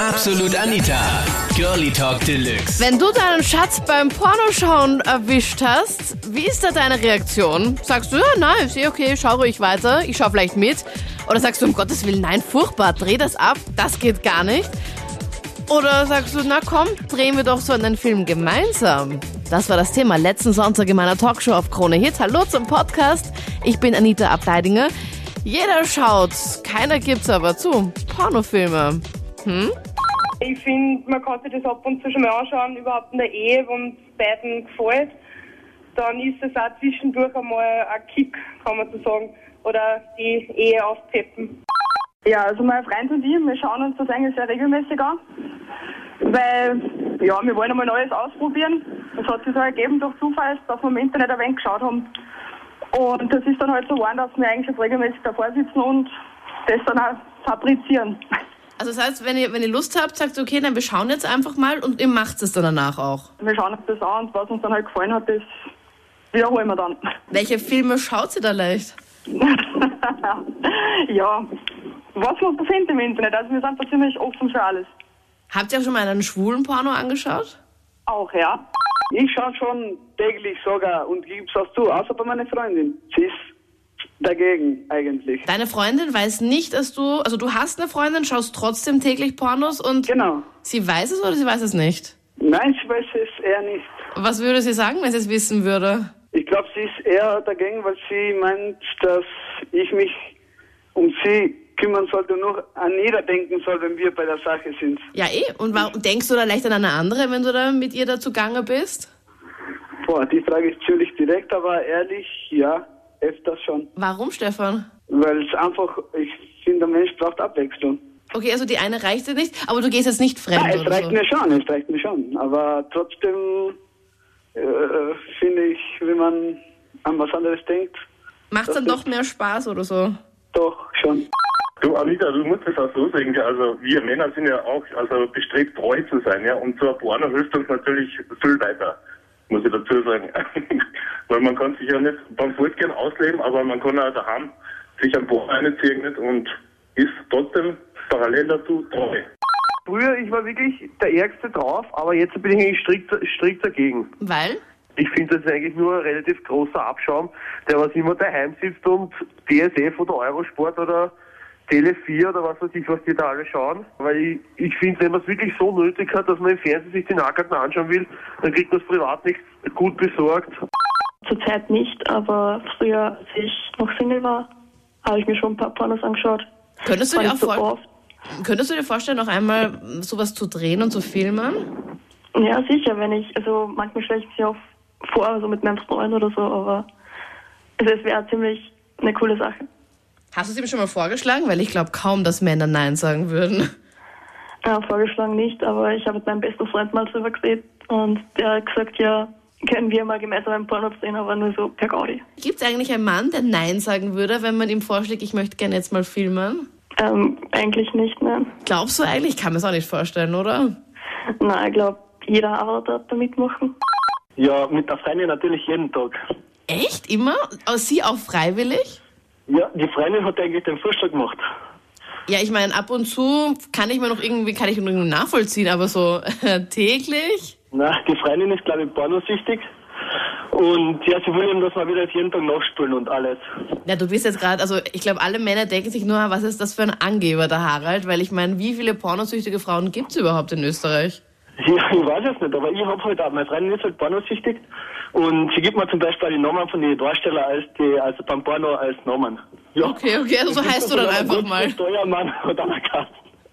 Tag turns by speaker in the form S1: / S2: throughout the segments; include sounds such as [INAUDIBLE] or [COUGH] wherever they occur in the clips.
S1: Absolut Anita. Girlie Talk Deluxe.
S2: Wenn du deinen Schatz beim Pornoschauen erwischt hast, wie ist da deine Reaktion? Sagst du, ja, nein, ist eh okay, schau ruhig weiter, ich schau vielleicht mit. Oder sagst du, um Gottes Willen, nein, furchtbar, dreh das ab, das geht gar nicht. Oder sagst du, na komm, drehen wir doch so einen Film gemeinsam. Das war das Thema letzten Sonntag in meiner Talkshow auf Krone Hit. Hallo zum Podcast. Ich bin Anita Abteidinger. Jeder schaut, keiner gibt's aber zu. Pornofilme.
S3: Ich finde, man kann sich das ab und zu schon mal anschauen, überhaupt in der Ehe, wenn es beiden gefällt. Dann ist es auch zwischendurch einmal ein Kick, kann man so sagen. Oder die Ehe aufpeppen.
S4: Ja, also mein Freund und ich, wir schauen uns das eigentlich sehr regelmäßig an, weil ja, wir wollen einmal Neues ausprobieren. Das hat sich so ergeben durch Zufall, dass wir im Internet ein wenig geschaut haben. Und das ist dann halt so geworden, dass wir eigentlich jetzt regelmäßig davor sitzen und das dann auch fabrizieren.
S2: Also das heißt, wenn ihr, wenn ihr Lust habt, sagt ihr, okay, dann wir schauen jetzt einfach mal und ihr macht es dann danach auch.
S4: Wir schauen uns das an und was uns dann halt gefallen hat, das wiederholen wir dann. [LAUGHS]
S2: Welche Filme schaut ihr da leicht?
S4: ja, was man so findet im Internet, also wir sind da ziemlich offen für alles.
S2: Habt ihr auch schon mal einen schwulen Porno angeschaut?
S4: Auch, ja.
S5: Ich schaue schon täglich sogar und gib's auch zu, außer bei meiner Freundin. Sie ist dagegen eigentlich.
S2: Deine Freundin weiß nicht, dass du, also du hast eine Freundin, schaust trotzdem täglich Pornos und
S5: Genau.
S2: sie weiß es oder sie weiß es nicht?
S5: Nein, ich weiß es eher nicht.
S2: Was würde sie sagen, wenn sie es wissen würde?
S5: Ich glaube, sie ist eher dagegen, weil sie meint, dass ich mich um sie kümmern sollte und nur an ihr denken soll, wenn wir bei der Sache sind.
S2: Ja, eh. Und warum denkst du da leicht an eine andere, wenn du da mit ihr da zugange bist?
S5: Boah, die Frage ist ziemlich direkt, aber ehrlich, ja, öfters schon.
S2: Warum, Stefan?
S5: Weil es einfach, ich finde, der Mensch braucht Abwechslung.
S2: Okay, also die eine reicht dir nicht, aber du gehst jetzt nicht fremd
S5: Ja, es
S2: oder
S5: reicht
S2: so.
S5: mir schon, es reicht mir schon. Aber trotzdem äh, finde ich, wenn man an was anderes denkt,
S2: Macht dann doch mehr Spaß oder so.
S5: doch schon.
S6: Du, Anita, du musst es auch so sehen, ja, also wir Männer sind ja auch also bestrebt, treu zu sein, ja, und so ein Porno hilft uns natürlich viel weiter, muss ich dazu sagen. [LAUGHS] Weil man kann sich ja nicht beim Fortgehen ausleben, aber man kann auch daheim sich ein Porno einziehen nicht, und ist trotzdem parallel dazu treu.
S7: Früher, ich war wirklich der Ärgste drauf, aber jetzt bin ich eigentlich strikt, strikt dagegen.
S2: Weil?
S7: Ich finde, das ist eigentlich nur ein relativ großer Abschaum, der was immer daheim sitzt und DSF oder Eurosport oder Tele 4 oder was weiß ich, was die da alle schauen. Weil ich, ich finde, wenn man es wirklich so nötig hat, dass man im Fernsehen sich die Nackerten anschauen will, dann kriegt man es privat nicht gut besorgt.
S8: Zurzeit nicht, aber früher, als ich noch Single war, habe ich mir schon ein paar Pornos angeschaut.
S2: Könntest du,
S8: War
S2: dir auch
S8: nicht so
S2: vor-
S8: oft.
S2: könntest du dir vorstellen, noch einmal sowas zu drehen und zu filmen?
S8: Ja, sicher, wenn ich, also manchmal stelle ich mich auch vor, so mit meinem Freund oder so, aber also es wäre ziemlich eine coole Sache.
S2: Hast du es ihm schon mal vorgeschlagen? Weil ich glaube kaum, dass Männer Nein sagen [LAUGHS] würden.
S8: Ja, vorgeschlagen nicht, aber ich habe mit meinem besten Freund mal drüber geredet und der hat gesagt, ja, können wir mal gemeinsam einen Porno sehen, aber nur so per Gaudi.
S2: Gibt es eigentlich einen Mann, der Nein sagen würde, wenn man ihm vorschlägt, ich möchte gerne jetzt mal filmen?
S8: Ähm, eigentlich nicht, ne?
S2: Glaubst du eigentlich? Kann man es auch nicht vorstellen, oder?
S8: Na, ich glaube, jeder Arbeiter hat da mitmachen.
S9: Ja, mit der Freundin natürlich jeden Tag.
S2: Echt? Immer? Aber sie auch freiwillig?
S9: Ja, die Freundin hat eigentlich den Vorschlag gemacht.
S2: Ja, ich meine, ab und zu kann ich mir noch irgendwie, kann ich noch irgendwie nachvollziehen, aber so [LAUGHS] täglich?
S9: Na, die Freundin ist, glaube ich, pornosüchtig. Und ja, sie will eben, dass wir wieder das jeden Tag nachspülen und alles.
S2: Ja, du bist jetzt gerade, also ich glaube, alle Männer denken sich nur, was ist das für ein Angeber, der Harald? Weil ich meine, wie viele pornosüchtige Frauen gibt's überhaupt in Österreich?
S9: Ja, ich weiß es nicht, aber ich hab halt auch, meine Freundin ist halt pornosüchtig. Und sie gibt mir zum Beispiel auch die Namen von den Darsteller als die, also beim Porno als Namen. Ja.
S2: Okay, okay, also so heißt du dann einfach mal.
S9: Steuermann [LAUGHS] oder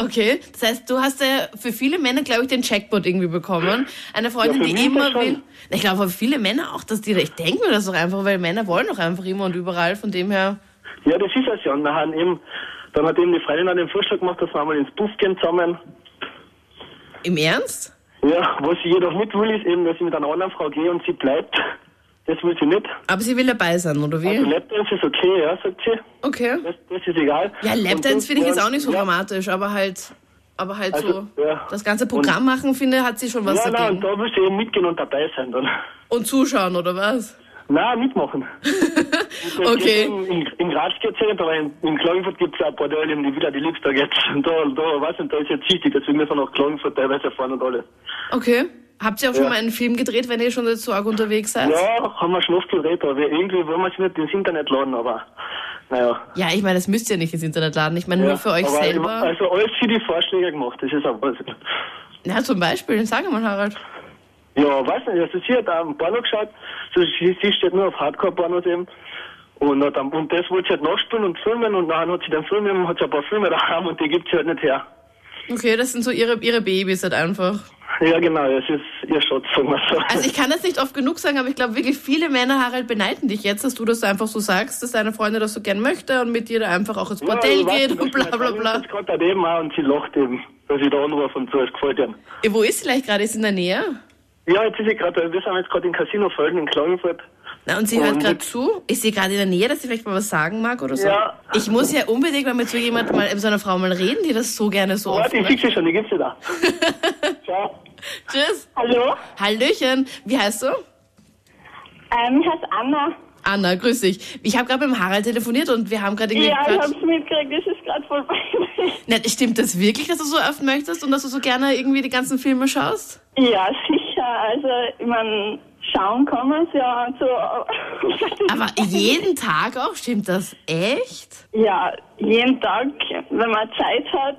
S2: Okay, das heißt, du hast ja für viele Männer, glaube ich, den Checkbot irgendwie bekommen. Eine Freundin,
S9: Ja, für
S2: die
S9: mich
S2: immer
S9: schon.
S2: will. Ich glaube, für viele Männer auch, dass die, ich denke mir das doch einfach, weil Männer wollen doch einfach immer und überall, von dem her.
S9: Ja, das ist es ja. Und dann haben eben, dann hat eben die Freundin auch den Vorschlag gemacht, dass wir mal ins Puff gehen zusammen.
S2: Im Ernst?
S9: Ja, was sie jedoch nicht will, ist eben, dass ich mit einer anderen Frau gehe und sie bleibt. Das will sie nicht.
S2: Aber sie will dabei sein, oder
S9: Also
S2: wie?
S9: Lapdance ist okay, ja, sagt sie.
S2: Okay.
S9: Das, das ist egal.
S2: Ja,
S9: Und
S2: Lapdance
S9: das-
S2: finde ich jetzt auch nicht so
S9: also ja,
S2: dramatisch, aber halt, aber halt
S9: Also,
S2: so
S9: ja.
S2: das ganze Programm machen, finde, hat sie schon was
S9: Ja, nein,
S2: dagegen.
S9: und da will sie eben mitgehen und dabei sein dann.
S2: und zuschauen, oder was?
S9: Na, mitmachen. Das
S2: Okay.
S9: gibt's In, um, in, in Graz geht's ja nicht, aber in, in Klagenfurt gibt's auch ein paar Teile, die wieder die Liebster geht. Und da, da, weiß nicht, da ist jetzt wichtig, deswegen müssen wir nach Klagenfurt teilweise fahren und alles.
S2: Okay. Habt ihr auch schon
S9: Ja.
S2: mal einen Film gedreht, wenn ihr schon so arg unterwegs seid?
S9: Ja, haben wir schon oft geredet, aber irgendwie wollen wir es nicht ins Internet laden, aber naja.
S2: Ja, ich meine, das müsst ihr nicht ins Internet laden. Ich meine,
S9: Ja,
S2: nur für euch
S9: aber
S2: selber.
S9: Also alles für die Vorschläge gemacht, das ist auch Wahnsinn.
S2: ja, zum Beispiel, sag mal, Harald.
S9: Ja, weiß nicht, also sie hat auch einen Porno geschaut, so, sie, sie steht nur auf Hardcore-Pornos eben. Und, hat dann, und das wollte sie halt nachspielen und filmen und dann hat sie den Film eben, hat sie ein paar Filme [LAUGHS] daheim und die gibt sie halt nicht her.
S2: Okay, das sind so ihre, ihre Babys halt einfach.
S9: Ja, genau, das ist ihr Schatz, sagen wir so.
S2: Also ich kann das nicht oft genug sagen, aber ich glaube wirklich viele Männer, Harald, beneiden dich jetzt, dass du das einfach so sagst, dass deine Freundin das so gern möchte und mit dir da einfach auch ins Bordell geht und bla bla bla.
S9: Ich gerade eben auch und sie lacht eben, weil sie da anruft und so, es gefällt ihr.
S2: Ja, Wo ist sie vielleicht gerade? Ist sie in der Nähe?
S9: Ja, jetzt ist sie gerade, wir sind jetzt gerade in Casinofelden in Klagenfurt.
S2: Na, und sie hört
S9: Und-
S2: gerade zu? Ist sie gerade in der Nähe, dass sie vielleicht mal was sagen mag oder so?
S9: Ja.
S2: Ich muss ja unbedingt mal mit so jemand mal, mit so einer Frau mal reden, die das so gerne so oft
S9: Warte, ich
S2: macht.
S9: fixe sie schon, die gibt's ja da. Ciao.
S2: Tschüss.
S10: Hallo?
S2: Hallöchen. Wie heißt du?
S10: Ähm, ich heiße Anna.
S2: Anna, grüß dich. Ich habe gerade mit dem Harald telefoniert und wir haben gerade irgendwie
S10: ja, ich
S2: gequatscht.
S10: hab's mitgekriegt, das ist gerade voll bei
S2: Na, stimmt das wirklich, dass du so oft möchtest und dass du so gerne irgendwie die ganzen Filme schaust?
S10: mir. Ja, [LAUGHS] sicher. Also, ich mein, schauen kann man's ja und so.
S2: Aber jeden Tag auch? Stimmt das echt?
S10: [LAUGHS] Ja, jeden Tag, wenn man Zeit hat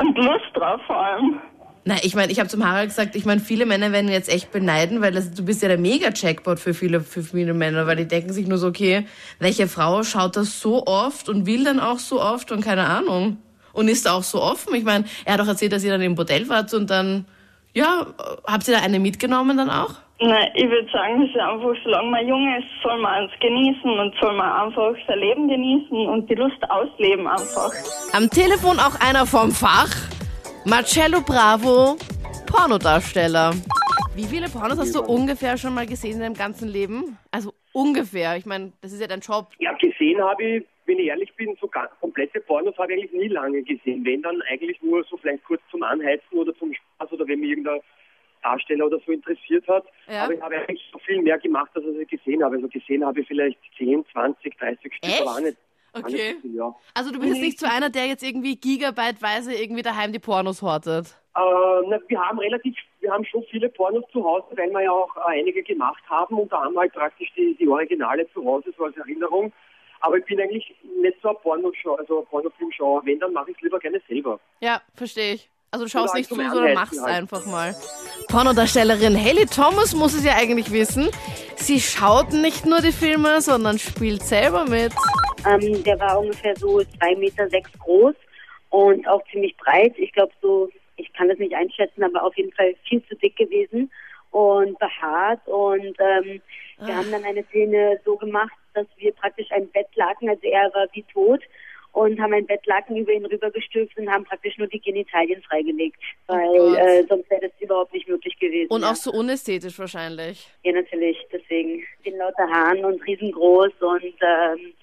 S10: und Lust drauf vor allem.
S2: Na, ich meine, ich habe zum Harald gesagt, ich meine, viele Männer werden jetzt echt beneiden, weil das, du bist ja der Mega-Checkpot für viele, für viele Männer, weil die denken sich nur so, okay, welche Frau schaut das so oft und will dann auch so oft und keine Ahnung. Und ist auch so offen. Ich meine, er hat doch erzählt, dass ihr dann im Bordell wart und dann, ja, habt ihr da eine mitgenommen dann auch?
S10: Nein, ich würde sagen, es ist einfach, solange man jung ist, soll man es genießen und soll man einfach sein Leben genießen und die Lust ausleben einfach.
S2: Am Telefon auch einer vom Fach. Marcello Bravo, Pornodarsteller. Wie viele Pornos hast du ungefähr schon mal gesehen in deinem ganzen Leben? Also ungefähr. Ich meine, das ist ja dein Job.
S11: Ja, gesehen habe ich, wenn ich ehrlich bin, so ganz komplette Pornos habe ich eigentlich nie lange gesehen. Wenn dann eigentlich nur so vielleicht kurz zum Anheizen oder zum Spaß oder wenn mich irgendein Darsteller oder so interessiert hat.
S2: Ja.
S11: Aber ich habe eigentlich so viel mehr gemacht, als ich gesehen habe. Also gesehen habe ich vielleicht 10, 20, 30 Stück.
S2: Echt?
S11: aber auch nicht- auch nicht
S2: Okay.
S11: so viel, ja.
S2: Also du bist jetzt nicht so einer, der jetzt irgendwie gigabyteweise irgendwie daheim die Pornos hortet.
S11: Äh, na, wir haben relativ, wir haben schon viele Pornos zu Hause, weil wir ja auch äh, einige gemacht haben und da haben wir halt praktisch die, die Originale zu Hause, so als Erinnerung. Aber ich bin eigentlich nicht so ein Pornoschauer, also ein Pornofilmschauer. Wenn, dann mache ich es lieber gerne selber.
S2: Ja, verstehe ich. Also du schaust
S11: Oder
S2: nicht zu,
S11: zum
S2: sondern
S11: Anheizen
S2: machst
S11: halt.
S2: einfach mal. Pornodarstellerin Haley Thomas muss es ja eigentlich wissen. Sie schaut nicht nur die Filme, sondern spielt selber mit.
S12: Ähm, der war ungefähr so 2,6 Meter sechs groß und auch ziemlich breit. Ich glaube so, ich kann das nicht einschätzen, aber auf jeden Fall viel zu dick gewesen und behaart. Und ähm,
S2: Ah.
S12: wir haben dann eine Szene so gemacht, dass wir praktisch ein Bettlaken, also er war wie tot, und haben ein Bettlaken über ihn rübergestülpt und haben praktisch nur die Genitalien freigelegt, weil
S2: Oh Gott.
S12: äh, sonst wäre das überhaupt nicht möglich gewesen.
S2: Und
S12: ja.
S2: auch so unästhetisch wahrscheinlich.
S12: Ja, natürlich. Deswegen den lauter Haaren und riesengroß und ähm,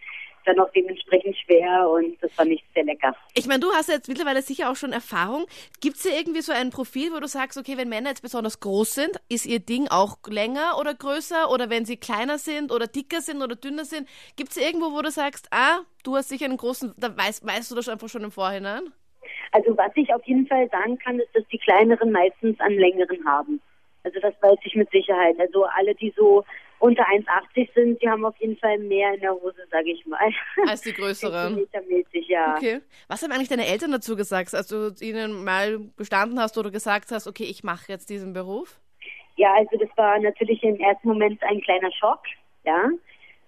S12: dann auch dementsprechend schwer und das war nicht sehr lecker.
S2: Ich meine, du hast ja jetzt mittlerweile sicher auch schon Erfahrung. Gibt es hier irgendwie so ein Profil, wo du sagst, okay, wenn Männer jetzt besonders groß sind, ist ihr Ding auch länger oder größer? Oder wenn sie kleiner sind oder dicker sind oder dünner sind? Gibt es irgendwo, wo du sagst, ah, du hast sicher einen großen, da weißt, weißt du das einfach schon im Vorhinein?
S12: Also was ich auf jeden Fall sagen kann, ist, dass die kleineren meistens an längeren haben. Also das weiß ich mit Sicherheit. Also alle, die so unter 1,80 sind, die haben auf jeden Fall mehr in der Hose, sage ich mal.
S2: Als die
S12: [LAUGHS]
S2: größeren.
S12: Zentimetermäßig, ja.
S2: Okay. Was haben eigentlich deine Eltern dazu gesagt, als du ihnen mal gestanden hast oder gesagt hast, okay, ich mache jetzt diesen Beruf?
S12: Ja, also das war natürlich im ersten Moment ein kleiner Schock, ja.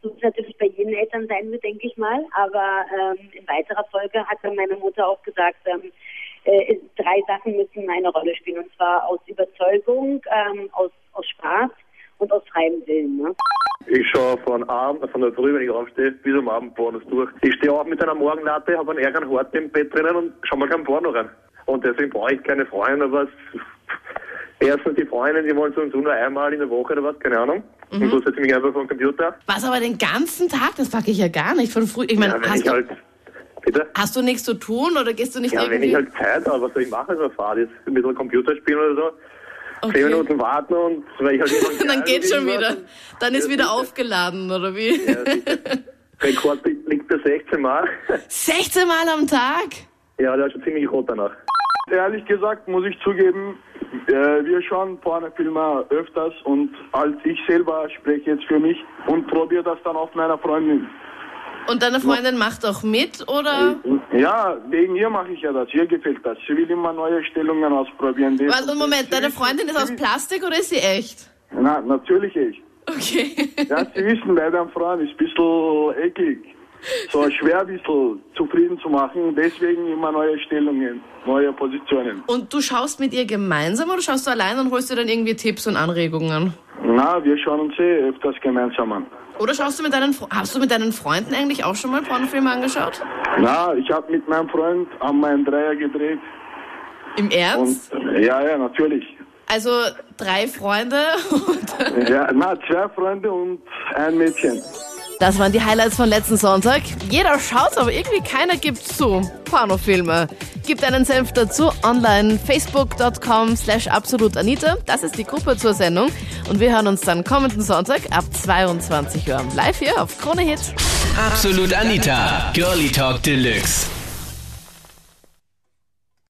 S12: So es natürlich bei jedem Eltern sein wird, denke ich mal. Aber ähm, in weiterer Folge hat dann meine Mutter auch gesagt, ähm, äh, drei Sachen müssen eine Rolle spielen. Und zwar aus Überzeugung, ähm, aus, aus Spaß und aus freiem Willen. Ne?
S7: Ich schaue von Abend, von der Früh, wenn ich aufstehe, bis am Abend Pornos durch. Ich stehe auf mit einer Morgenlatte, habe einen ärgeren Hort im Bett drinnen und schau mal kein Porno rein. Und deswegen brauche ich keine Freundin, aber es, [LAUGHS] erstens die Freundin, die wollen sowieso nur einmal in der Woche oder was, keine Ahnung.
S2: Mhm.
S7: Und so setze ich mich einfach vor den Computer.
S2: Was aber den ganzen Tag? Das packe ich ja gar nicht. Von früh. Ich meine,
S7: ja, wenn
S2: hast,
S7: ich
S2: du,
S7: halt, bitte?
S2: hast du nichts zu tun oder gehst du nicht
S7: Ja, wenn halt
S2: irgendwie?
S7: ich halt Zeit habe, was soll ich machen, so fahre jetzt mit einem Computer spielen oder so.
S2: Okay.
S13: Zehn Minuten warten und weil ich halt jemanden
S2: [LAUGHS]
S14: also
S2: Dann geht's schon
S13: angerufen
S2: wieder.
S13: hab,
S2: Dann ist wieder aufgeladen, oder wie? [LAUGHS]
S13: Rekord li- liegt bei 16 Mal.
S2: 16 Mal am Tag?
S13: Ja, der ist schon ziemlich rot danach.
S14: Ehrlich gesagt muss ich zugeben, äh, wir schauen Pornofilme öfters und als ich selber spreche jetzt für mich und probiere das dann auf meiner Freundin.
S2: Und deine Freundin macht auch mit, oder?
S14: Ja, wegen ihr mache ich ja das, ihr gefällt das. Sie will immer neue Stellungen ausprobieren. Die-
S2: Warte, Also, Moment, deine Freundin ist
S14: Mhm.
S2: aus Plastik oder ist sie echt?
S14: Na, natürlich ich.
S2: Okay.
S14: Ja, Sie wissen, bei den Frauen ist ein bisschen eckig. So schwer ein bisschen zufrieden zu machen, deswegen immer neue Stellungen, neue Positionen.
S2: Und du schaust mit ihr gemeinsam oder schaust du allein und holst dir dann irgendwie Tipps und Anregungen?
S14: Na, wir schauen uns eh öfters gemeinsam an.
S2: Oder schaust du mit deinen Fre- hast du mit deinen Freunden eigentlich auch schon mal Pornofilme angeschaut?
S14: Na, ich habe mit meinem Freund an meinen Dreier gedreht.
S2: Im Ernst?
S14: Ja, ja, natürlich.
S2: Also drei Freunde [LAUGHS] und
S14: Ja, na, zwei Freunde und ein Mädchen.
S2: Das waren die Highlights von letzten Sonntag. Jeder schaut, aber irgendwie keiner gibt zu. Pornofilme. Gibt einen Senf dazu online facebook.com slash absolutanita. Das ist die Gruppe zur Sendung. Und wir hören uns dann kommenden Sonntag ab 22 Uhr live hier auf Krone Hit.
S1: Absolut Anita, Girlie Talk Deluxe.